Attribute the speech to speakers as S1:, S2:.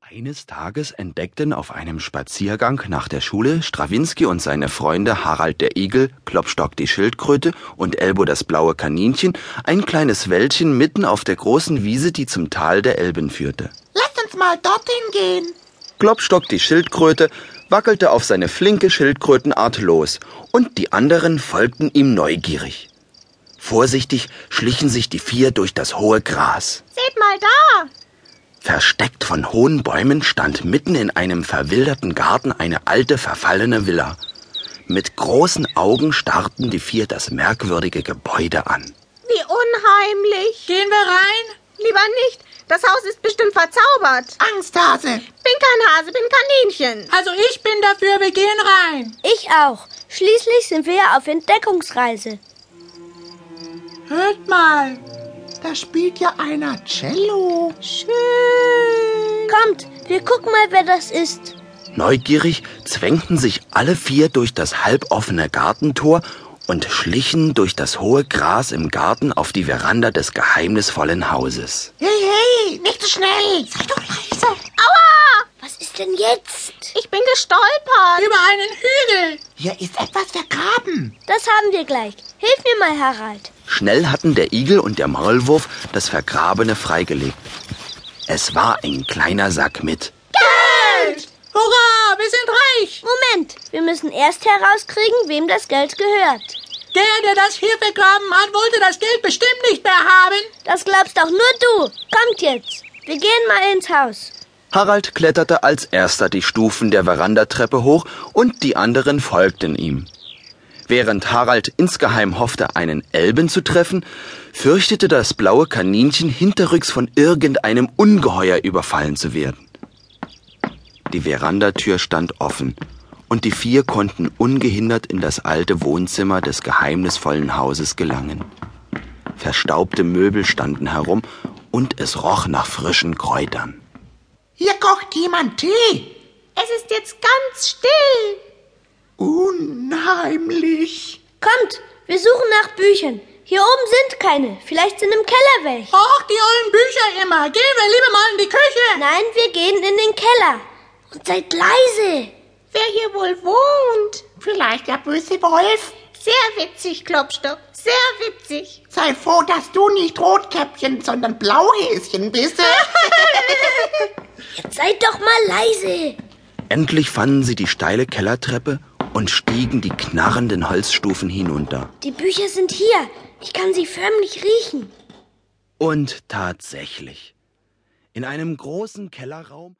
S1: Eines Tages entdeckten auf einem Spaziergang nach der Schule Strawinski und seine Freunde Harald der Igel, Klopstock die Schildkröte und Elbo das blaue Kaninchen ein kleines Wäldchen mitten auf der großen Wiese, die zum Tal der Elben führte.
S2: Lasst uns mal dorthin gehen.
S1: Klopstock die Schildkröte wackelte auf seine flinke Schildkrötenart los und die anderen folgten ihm neugierig. Vorsichtig schlichen sich die vier durch das hohe Gras.
S2: Seht mal da.
S1: Versteckt von hohen Bäumen stand mitten in einem verwilderten Garten eine alte verfallene Villa. Mit großen Augen starrten die vier das merkwürdige Gebäude an.
S2: Wie unheimlich.
S3: Gehen wir rein?
S2: Lieber nicht. Das Haus ist bestimmt verzaubert.
S4: Angsthase.
S2: Bin kein Hase, bin Kaninchen.
S3: Also ich bin dafür, wir gehen rein.
S5: Ich auch. Schließlich sind wir ja auf Entdeckungsreise.
S3: Hört mal.
S4: Da spielt ja einer Cello.
S2: Schön.
S5: Kommt, wir gucken mal, wer das ist.
S1: Neugierig zwängten sich alle vier durch das halboffene Gartentor und schlichen durch das hohe Gras im Garten auf die Veranda des geheimnisvollen Hauses.
S4: Hey, hey, nicht so schnell.
S2: Sei doch leise. Aua!
S5: Was ist denn jetzt?
S2: Ich bin gestolpert.
S3: Über einen Hügel.
S4: Hier ist etwas vergraben.
S5: Das haben wir gleich. Hilf mir mal, Harald.
S1: Schnell hatten der Igel und der Maulwurf das Vergrabene freigelegt. Es war ein kleiner Sack mit.
S3: Geld! Hurra, wir sind reich!
S5: Moment, wir müssen erst herauskriegen, wem das Geld gehört.
S3: Der, der das hier vergraben hat, wollte das Geld bestimmt nicht mehr haben.
S5: Das glaubst auch nur du. Kommt jetzt. Wir gehen mal ins Haus.
S1: Harald kletterte als erster die Stufen der Verandatreppe hoch und die anderen folgten ihm. Während Harald insgeheim hoffte, einen Elben zu treffen, fürchtete das blaue Kaninchen hinterrücks von irgendeinem Ungeheuer überfallen zu werden. Die Verandatür stand offen und die vier konnten ungehindert in das alte Wohnzimmer des geheimnisvollen Hauses gelangen. Verstaubte Möbel standen herum und es roch nach frischen Kräutern.
S4: Hier kocht jemand Tee.
S2: Es ist jetzt ganz still.
S4: Unheimlich.
S5: Kommt, wir suchen nach Büchern. Hier oben sind keine. Vielleicht sind im Keller welche.
S3: Och, die ollen Bücher immer. Gehen wir lieber mal Oh, in die Küche.
S5: Nein, wir gehen in den Keller. Und seid leise.
S2: Wer hier wohl wohnt?
S4: Vielleicht der böse Wolf.
S2: Sehr witzig, Klopstock. Sehr witzig.
S4: Sei froh, dass du nicht Rotkäppchen, sondern Blauhäschen bist.
S5: Jetzt seid doch mal leise.
S1: Endlich fanden sie die steile Kellertreppe und stiegen die knarrenden Holzstufen hinunter.
S5: Die Bücher sind hier. Ich kann sie förmlich riechen.
S1: Und tatsächlich. In einem großen Kellerraum